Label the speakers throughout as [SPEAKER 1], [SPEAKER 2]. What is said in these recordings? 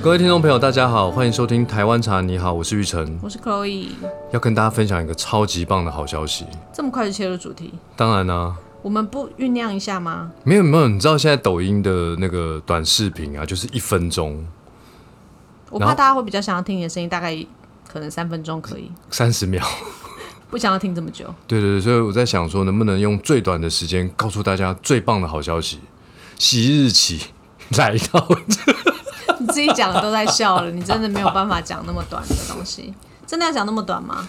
[SPEAKER 1] 各位听众朋友，大家好，欢迎收听《台湾茶》，你好，我是玉成，
[SPEAKER 2] 我是 Chloe。
[SPEAKER 1] 要跟大家分享一个超级棒的好消息。
[SPEAKER 2] 这么快就切入主题，
[SPEAKER 1] 当然啦、
[SPEAKER 2] 我们不酝酿一下吗？
[SPEAKER 1] 没有没有，你知道现在抖音的那个短视频啊，就是一分钟
[SPEAKER 2] 我
[SPEAKER 1] 然
[SPEAKER 2] 怕
[SPEAKER 1] 后
[SPEAKER 2] 大家会比较想要听你的声音，大概可能三分钟可以，
[SPEAKER 1] 三十秒。
[SPEAKER 2] 不想要听这么久。
[SPEAKER 1] 对对对，所以我在想说，能不能用最短的时间告诉大家最棒的好消息？即日起 来到
[SPEAKER 2] 你自己讲的都在笑了，你真的没有办法讲那么短的东西。真的要讲那么短吗？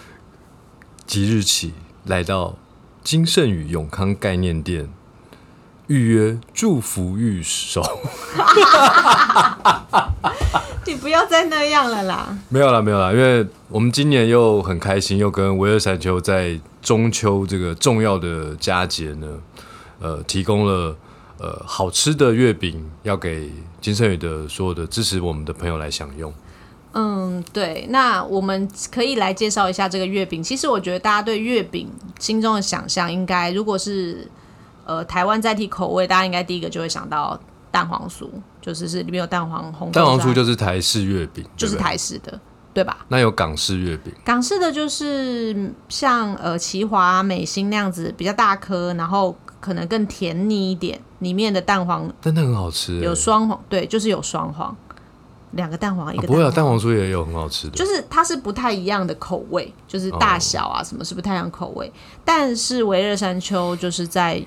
[SPEAKER 1] 即日起来到金盛宇永康概念店预约祝福玉手。
[SPEAKER 2] 你不要再那样了啦！
[SPEAKER 1] 没有啦，没有啦，因为我们今年又很开心，又跟维尔山丘在中秋这个重要的佳节呢，呃，提供了呃好吃的月饼，要给金圣宇的所有的支持我们的朋友来享用。
[SPEAKER 2] 嗯，对，那我们可以来介绍一下这个月饼。其实我觉得大家对月饼心中的想象，应该如果是呃台湾在地口味，大家应该第一个就会想到蛋黄酥，就是是里面有蛋黄红豆
[SPEAKER 1] 蛋黄
[SPEAKER 2] 沙
[SPEAKER 1] 酥就是台式月饼，
[SPEAKER 2] 就是
[SPEAKER 1] 对不对。
[SPEAKER 2] 台式的，对吧？
[SPEAKER 1] 那有港式月饼，
[SPEAKER 2] 港式的就是像呃奇华、美心那样子比较大颗，然后可能更甜腻一点，里面的蛋黄
[SPEAKER 1] 真的很好吃、欸。
[SPEAKER 2] 有双黄，对，就是有双黄，两个蛋黄一
[SPEAKER 1] 啊
[SPEAKER 2] 个
[SPEAKER 1] 不会啊，
[SPEAKER 2] 蛋
[SPEAKER 1] 蛋
[SPEAKER 2] 黄。
[SPEAKER 1] 黄酥也有很好吃的。
[SPEAKER 2] 就是它是不太一样的口味，就是大小啊什么是不太一样口味，但是维热山丘就是在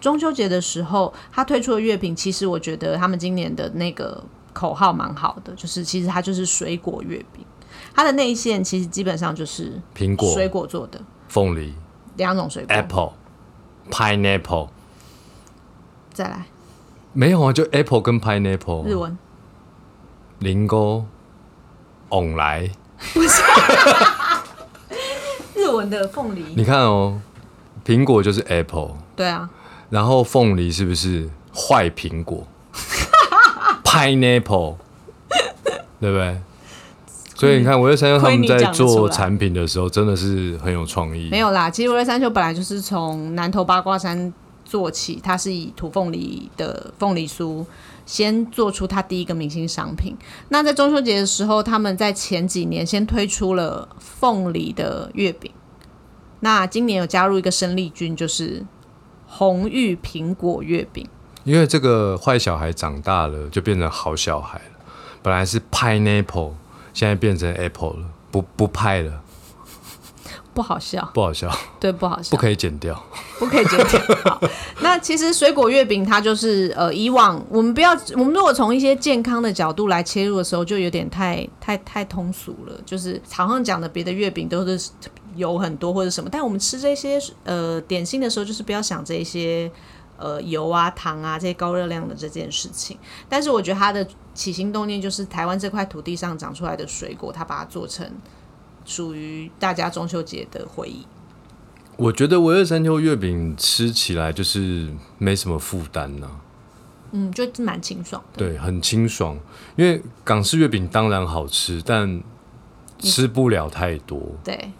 [SPEAKER 2] 中秋节的时候，它推出的月饼，其实我觉得他们今年的那个口号蛮好的，就是其实它就是水果月饼，它的内馅其实基本上就是
[SPEAKER 1] 苹果、
[SPEAKER 2] 水果做的，
[SPEAKER 1] 凤梨、
[SPEAKER 2] 两种水果。
[SPEAKER 1] apple、pineapple，
[SPEAKER 2] 再来
[SPEAKER 1] 没有啊，就 apple 跟 pineapple 啊。
[SPEAKER 2] 日文，
[SPEAKER 1] 林沟、翁来，
[SPEAKER 2] 日文的凤梨，
[SPEAKER 1] 你看哦，苹果就是 apple，
[SPEAKER 2] 对啊，
[SPEAKER 1] 然后凤梨是不是坏苹 果？pineapple，对不对？所以你看，维乐山丘他们在做产品的时候，真的是很有创意
[SPEAKER 2] 没。有啦。其实维热山丘本来就是从南投八卦山做起，它是以土凤梨的凤梨酥先做出它第一个明星商品。那在中秋节的时候，他们在前几年先推出了凤梨的月饼，那今年有加入一个生力军，就是红玉苹果月饼。
[SPEAKER 1] 因为这个坏小孩长大了，就变成好小孩了。本来是 pineapple，现在变成 apple 了，不不派了，
[SPEAKER 2] 不好笑，
[SPEAKER 1] 不好笑，
[SPEAKER 2] 对，不好笑，
[SPEAKER 1] 不可以剪掉。
[SPEAKER 2] 不可以决定。好，那其实水果月饼它就是呃，以往我们不要，我们如果从一些健康的角度来切入的时候，就有点太太太通俗了，就是好像讲的别的月饼都是油很多或者什么，但我们吃这些呃点心的时候，就是不要想这些。呃，油啊、糖啊这些高热量的这件事情，但是我觉得它的起心动念就是台湾这块土地上长出来的水果，它把它做成属于大家中秋节的回忆。
[SPEAKER 1] 我觉得维二山丘月饼吃起来就是没什么负担呐，
[SPEAKER 2] 嗯，就蛮清爽的。
[SPEAKER 1] 对，很清爽。因为港式月饼当然好吃，但吃不了太多。
[SPEAKER 2] 对，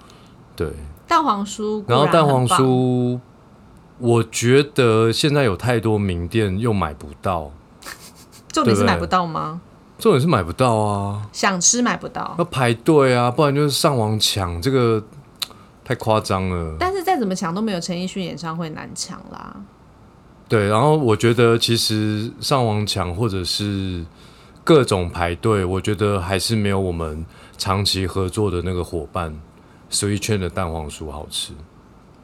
[SPEAKER 1] 对，
[SPEAKER 2] 蛋黄酥固
[SPEAKER 1] 然后蛋黄
[SPEAKER 2] 很棒，
[SPEAKER 1] 酥，我觉得现在有太多名店又买不到，
[SPEAKER 2] 重点是
[SPEAKER 1] 对不对
[SPEAKER 2] 买不到吗？
[SPEAKER 1] 重点是买不到啊，
[SPEAKER 2] 想吃买不到，
[SPEAKER 1] 要排队啊，不然就是上网抢，这个嘖太夸张了。
[SPEAKER 2] 但是再怎么抢都没有陈奕迅演唱会难抢啦。
[SPEAKER 1] 对，然后我觉得其实上网抢或者是各种排队，我觉得还是没有我们长期合作的那个伙伴十一圈的蛋黄酥好吃。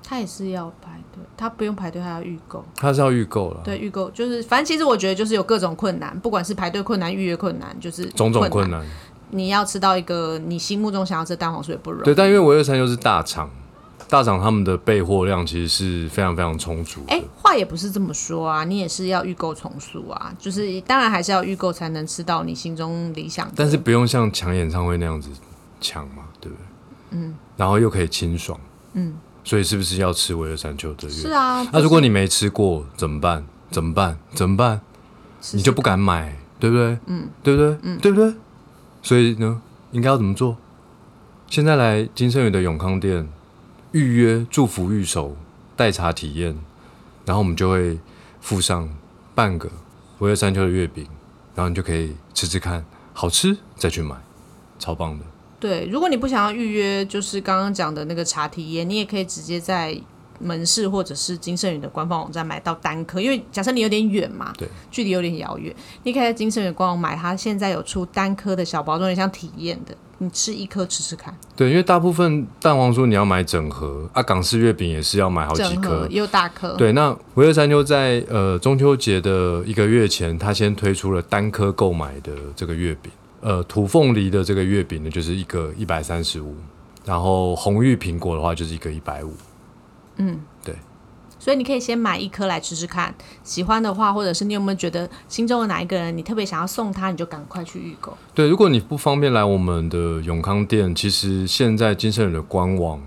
[SPEAKER 2] 他也是要排队，他不用排队，他要预购。
[SPEAKER 1] 它是要预购了，
[SPEAKER 2] 对，预购就是，反正其实我觉得就是有各种困难，不管是排队困难、预约困难，就是
[SPEAKER 1] 种种
[SPEAKER 2] 困
[SPEAKER 1] 困。难。
[SPEAKER 2] 你要吃到一个你心目中想要吃的蛋黄酥也不容易
[SPEAKER 1] 对，。但因为维乐山又是大厂，大厂他们的备货量其实是非常非常充足的。
[SPEAKER 2] 哎、话也不是这么说啊，你也是要预购重塑啊，就是当然还是要预购才能吃到你心中理想的。
[SPEAKER 1] 但是不用像抢演唱会那样子抢嘛，对不对？嗯。然后又可以清爽，嗯。所以是不是要吃维乐山丘的月饼
[SPEAKER 2] 是啊，
[SPEAKER 1] 那、如果你没吃过怎么办？怎么办？怎么办？
[SPEAKER 2] 是
[SPEAKER 1] 你就不敢买，对不对？嗯，对不对？嗯，对不对？所以呢，应该要怎么做？现在来金盛宇的永康店预约祝福预手代茶体验，然后我们就会附上半个维乐山丘的月饼，然后你就可以吃吃看好吃再去买，超棒的。
[SPEAKER 2] 对，如果你不想要预约，就是刚刚讲的那个茶体验，你也可以直接在门市或者是金盛宇的官方网站买到单颗，因为假设你有点远嘛，
[SPEAKER 1] 对，
[SPEAKER 2] 距离有点遥远，你可以在金盛宇官网买，它现在有出单颗的小包装，有点像体验的，你吃一颗吃吃看，
[SPEAKER 1] 对，因为大部分蛋黄酥你要买整盒啊，港式月饼也是要买好几
[SPEAKER 2] 整盒
[SPEAKER 1] 颗。
[SPEAKER 2] 又大颗，
[SPEAKER 1] 对，那维二山丘在呃中秋节的一个月前，他先推出了单颗购买的这个月饼，呃，土凤梨的这个月饼呢，就是一个一百三十五，然后红玉苹果的话就是一个一百五。
[SPEAKER 2] 所以你可以先买一颗来吃吃看，喜欢的话，或者是你有没有觉得心中的哪一个人你特别想要送他，你就赶快去预购。
[SPEAKER 1] 对，如果你不方便来我们的永康店，其实现在金盛宇的官网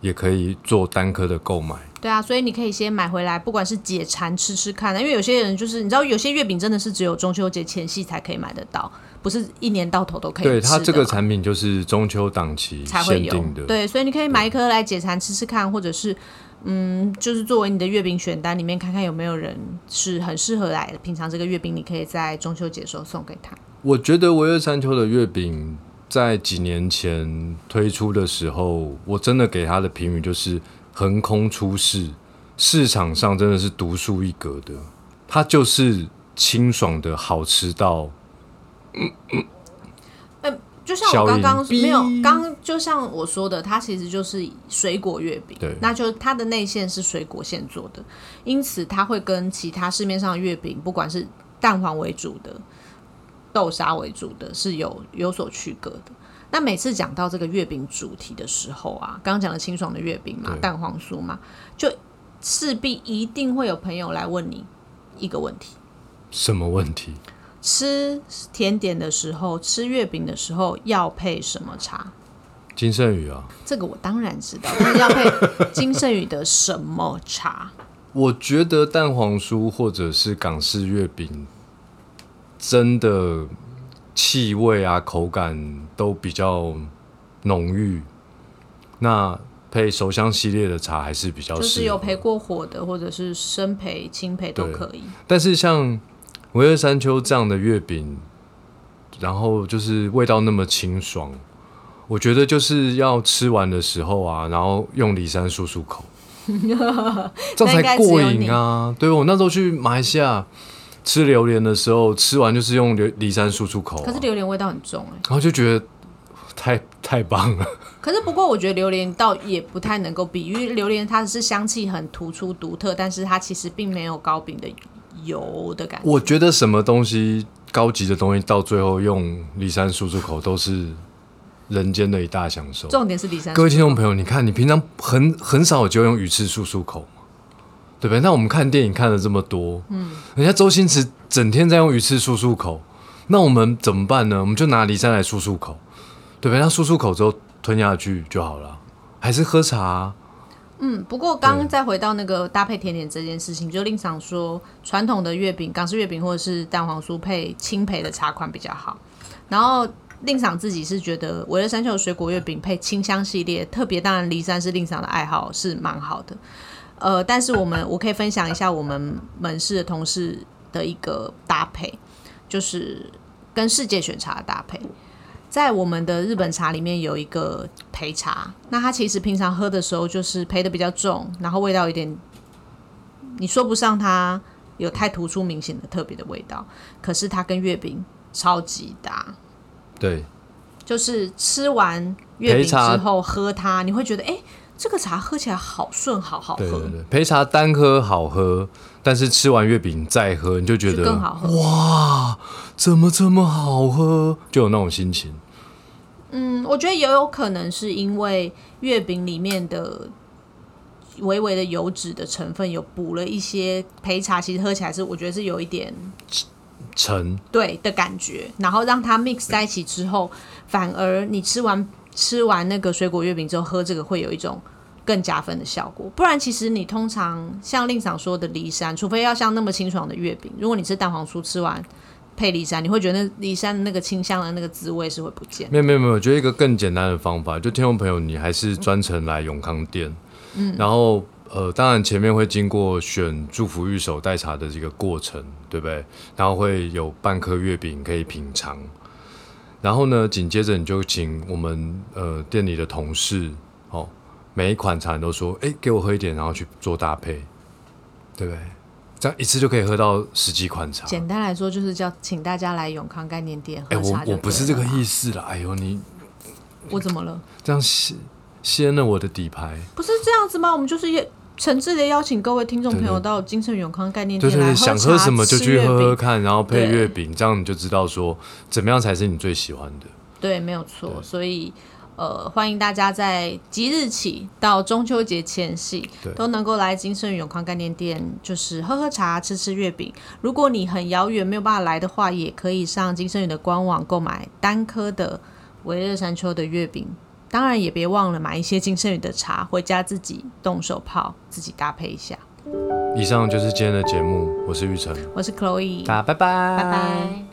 [SPEAKER 1] 也可以做单颗的购买。
[SPEAKER 2] 对啊，所以你可以先买回来，不管是解馋吃吃看，啊因为有些人就是你知道，有些月饼真的是只有中秋节前夕才可以买得到，不是一年到头都可以
[SPEAKER 1] 对，
[SPEAKER 2] 吃的嘛。
[SPEAKER 1] 它这个产品就是中秋档期
[SPEAKER 2] 才会
[SPEAKER 1] 限
[SPEAKER 2] 有
[SPEAKER 1] 定的。。
[SPEAKER 2] 对，所以你可以买一颗来解馋吃吃看，或者是嗯，就是作为你的月饼选单里面看看有没有人是很适合来的。平常这个月饼你可以在中秋节的时候送给他。
[SPEAKER 1] 我觉得维二山丘的月饼在几年前推出的时候，我真的给它的评语就是横空出世，市场上真的是独树一格的。它就是清爽的好吃到，
[SPEAKER 2] 就像我刚刚
[SPEAKER 1] 效应
[SPEAKER 2] 没有，刚刚就像我说的，它其实就是水果月饼
[SPEAKER 1] 对，
[SPEAKER 2] 那就它的内馅是水果馅做的，因此它会跟其他市面上的月饼，不管是蛋黄为主的、豆沙为主的，是有有所区隔的。那每次讲到这个月饼主题的时候啊，刚刚讲的清爽的月饼嘛
[SPEAKER 1] 对，
[SPEAKER 2] 蛋黄酥嘛，就势必一定会有朋友来问你一个问题：
[SPEAKER 1] 什么问题？
[SPEAKER 2] 吃甜点的时候，吃月饼的时候要配什么茶？
[SPEAKER 1] 金圣宇啊，
[SPEAKER 2] 这个我当然知道，但是要配金圣宇的什么茶？
[SPEAKER 1] 我觉得蛋黄酥或者是港式月饼，真的气味啊、口感都比较浓郁。那配手香系列的茶还哦是比较适
[SPEAKER 2] 就
[SPEAKER 1] 合，
[SPEAKER 2] 是有焙过火的，或者是生焙、青焙都可以。
[SPEAKER 1] 但是像维二山丘这样的月饼，然后就是味道那么清爽，我觉得就是要吃完的时候啊，然后用梨山漱漱 口，这样才过瘾啊！对，我那时候去马来西亚吃榴莲的时候，吃完就是用榴梨山漱漱口啊、
[SPEAKER 2] 可是榴莲味道很重哎、
[SPEAKER 1] 然后就觉得太太棒了。
[SPEAKER 2] 可是不过我觉得榴莲倒也不太能够比，因为榴莲它是香气很突出、独特，但是它其实并没有糕饼的油的感觉。
[SPEAKER 1] 我觉得什么东西高级的东西，到最后用梨山漱漱口都是人间的一大享受。
[SPEAKER 2] 重点是李山
[SPEAKER 1] 各位听众朋友，你看，你平常很很少有就用鱼翅漱漱口嘛，对不对？那我们看电影看了这么多，嗯，人家周星驰整天在用鱼翅漱漱口，那我们怎么办呢？我们就拿梨山来漱漱口，对不对？那漱漱口之后吞下去就好了，还是喝茶啊、
[SPEAKER 2] 嗯，不过刚刚再回到那个搭配甜点这件事情，就令常说传统的月饼、港式月饼或者是蛋黄酥配青培的茶款比较好。然后令赏自己是觉得维乐山丘的水果月饼配清香系列，特别当然梨山是令赏的爱好是蛮好的。呃，但是我们我可以分享一下我们门市的同事的一个搭配，就是跟世界选茶的搭配。在我们的日本茶里面有一个焙茶，那它其实平常喝的时候就是焙的比较重，然后味道有点，你说不上它有太突出明显的特别的味道，可是它跟月饼超级搭，
[SPEAKER 1] 对，
[SPEAKER 2] 就是吃完月饼
[SPEAKER 1] 焙
[SPEAKER 2] 之
[SPEAKER 1] 茶
[SPEAKER 2] 后喝它，你会觉得哎、诶这个茶喝起来好顺，好好喝，
[SPEAKER 1] 对对对，焙茶单喝好喝，但是吃完月饼再喝，你就觉
[SPEAKER 2] 就更
[SPEAKER 1] 得
[SPEAKER 2] 好喝。
[SPEAKER 1] 哇，怎么这么好喝，就有那种心情。
[SPEAKER 2] 嗯，我觉得也有可能是因为月饼里面的微微的油脂的成分有补了一些焙茶，其实喝起来是我觉得是有一点
[SPEAKER 1] 沉，
[SPEAKER 2] 对的感觉，然后让它 mix 在一起之后，反而你吃完吃完那个水果月饼之后喝这个会有一种更加分的效果。不然其实你通常像令赏说的梨山，除非要像那么清爽的月饼，如果你吃蛋黄酥吃完配梨山，你会觉得那梨山的那个清香的那个滋味是会不见的。
[SPEAKER 1] 没有没有没有，我觉得一个更简单的方法，就听众朋友，你还是专程来永康店，嗯，然后呃，当然前面会经过选祝福玉手代茶的这个过程，对不对？然后会有半颗月饼可以品尝，然后呢，紧接着你就请我们呃店里的同事哦，每一款茶你都说，哎，给我喝一点，然后去做搭配，对不对？这样一次就可以喝到十几款茶。
[SPEAKER 2] 简单来说，就是叫请大家来永康概念店喝
[SPEAKER 1] 哎，
[SPEAKER 2] 茶就
[SPEAKER 1] 我
[SPEAKER 2] 对
[SPEAKER 1] 我不是这个
[SPEAKER 2] 了
[SPEAKER 1] 意思啦，哎呦，你
[SPEAKER 2] 我怎么了？
[SPEAKER 1] 这样掀掀了我的底牌。
[SPEAKER 2] 不是这样子吗？我们就是也诚挚的邀请各位听众朋
[SPEAKER 1] 对
[SPEAKER 2] 友
[SPEAKER 1] 对
[SPEAKER 2] 到金盛永康概念
[SPEAKER 1] 对
[SPEAKER 2] 店
[SPEAKER 1] 对
[SPEAKER 2] 来
[SPEAKER 1] 对，
[SPEAKER 2] 喝
[SPEAKER 1] 想
[SPEAKER 2] 茶
[SPEAKER 1] 喝什么就
[SPEAKER 2] 吃
[SPEAKER 1] 去
[SPEAKER 2] 月
[SPEAKER 1] 喝喝
[SPEAKER 2] 饼
[SPEAKER 1] 看，然后配
[SPEAKER 2] 对
[SPEAKER 1] 月饼，这样你就知道说怎么样才是你最喜欢的。
[SPEAKER 2] 对，没有错。所以呃，欢迎大家在即日起到中秋节前夕
[SPEAKER 1] 对，
[SPEAKER 2] 都能够来金盛永康概念店，就是喝喝茶、吃吃月饼。如果你很遥远没有办法来的话，也可以上金盛远的官网购买单颗的维热山丘的月饼。当然也别忘了买一些金盛宇的茶回家自己动手泡，自己搭配一下。
[SPEAKER 1] 以上就是今天的节目，我是玉成，
[SPEAKER 2] 我是 Chloe，
[SPEAKER 1] 大家拜拜，
[SPEAKER 2] 拜拜。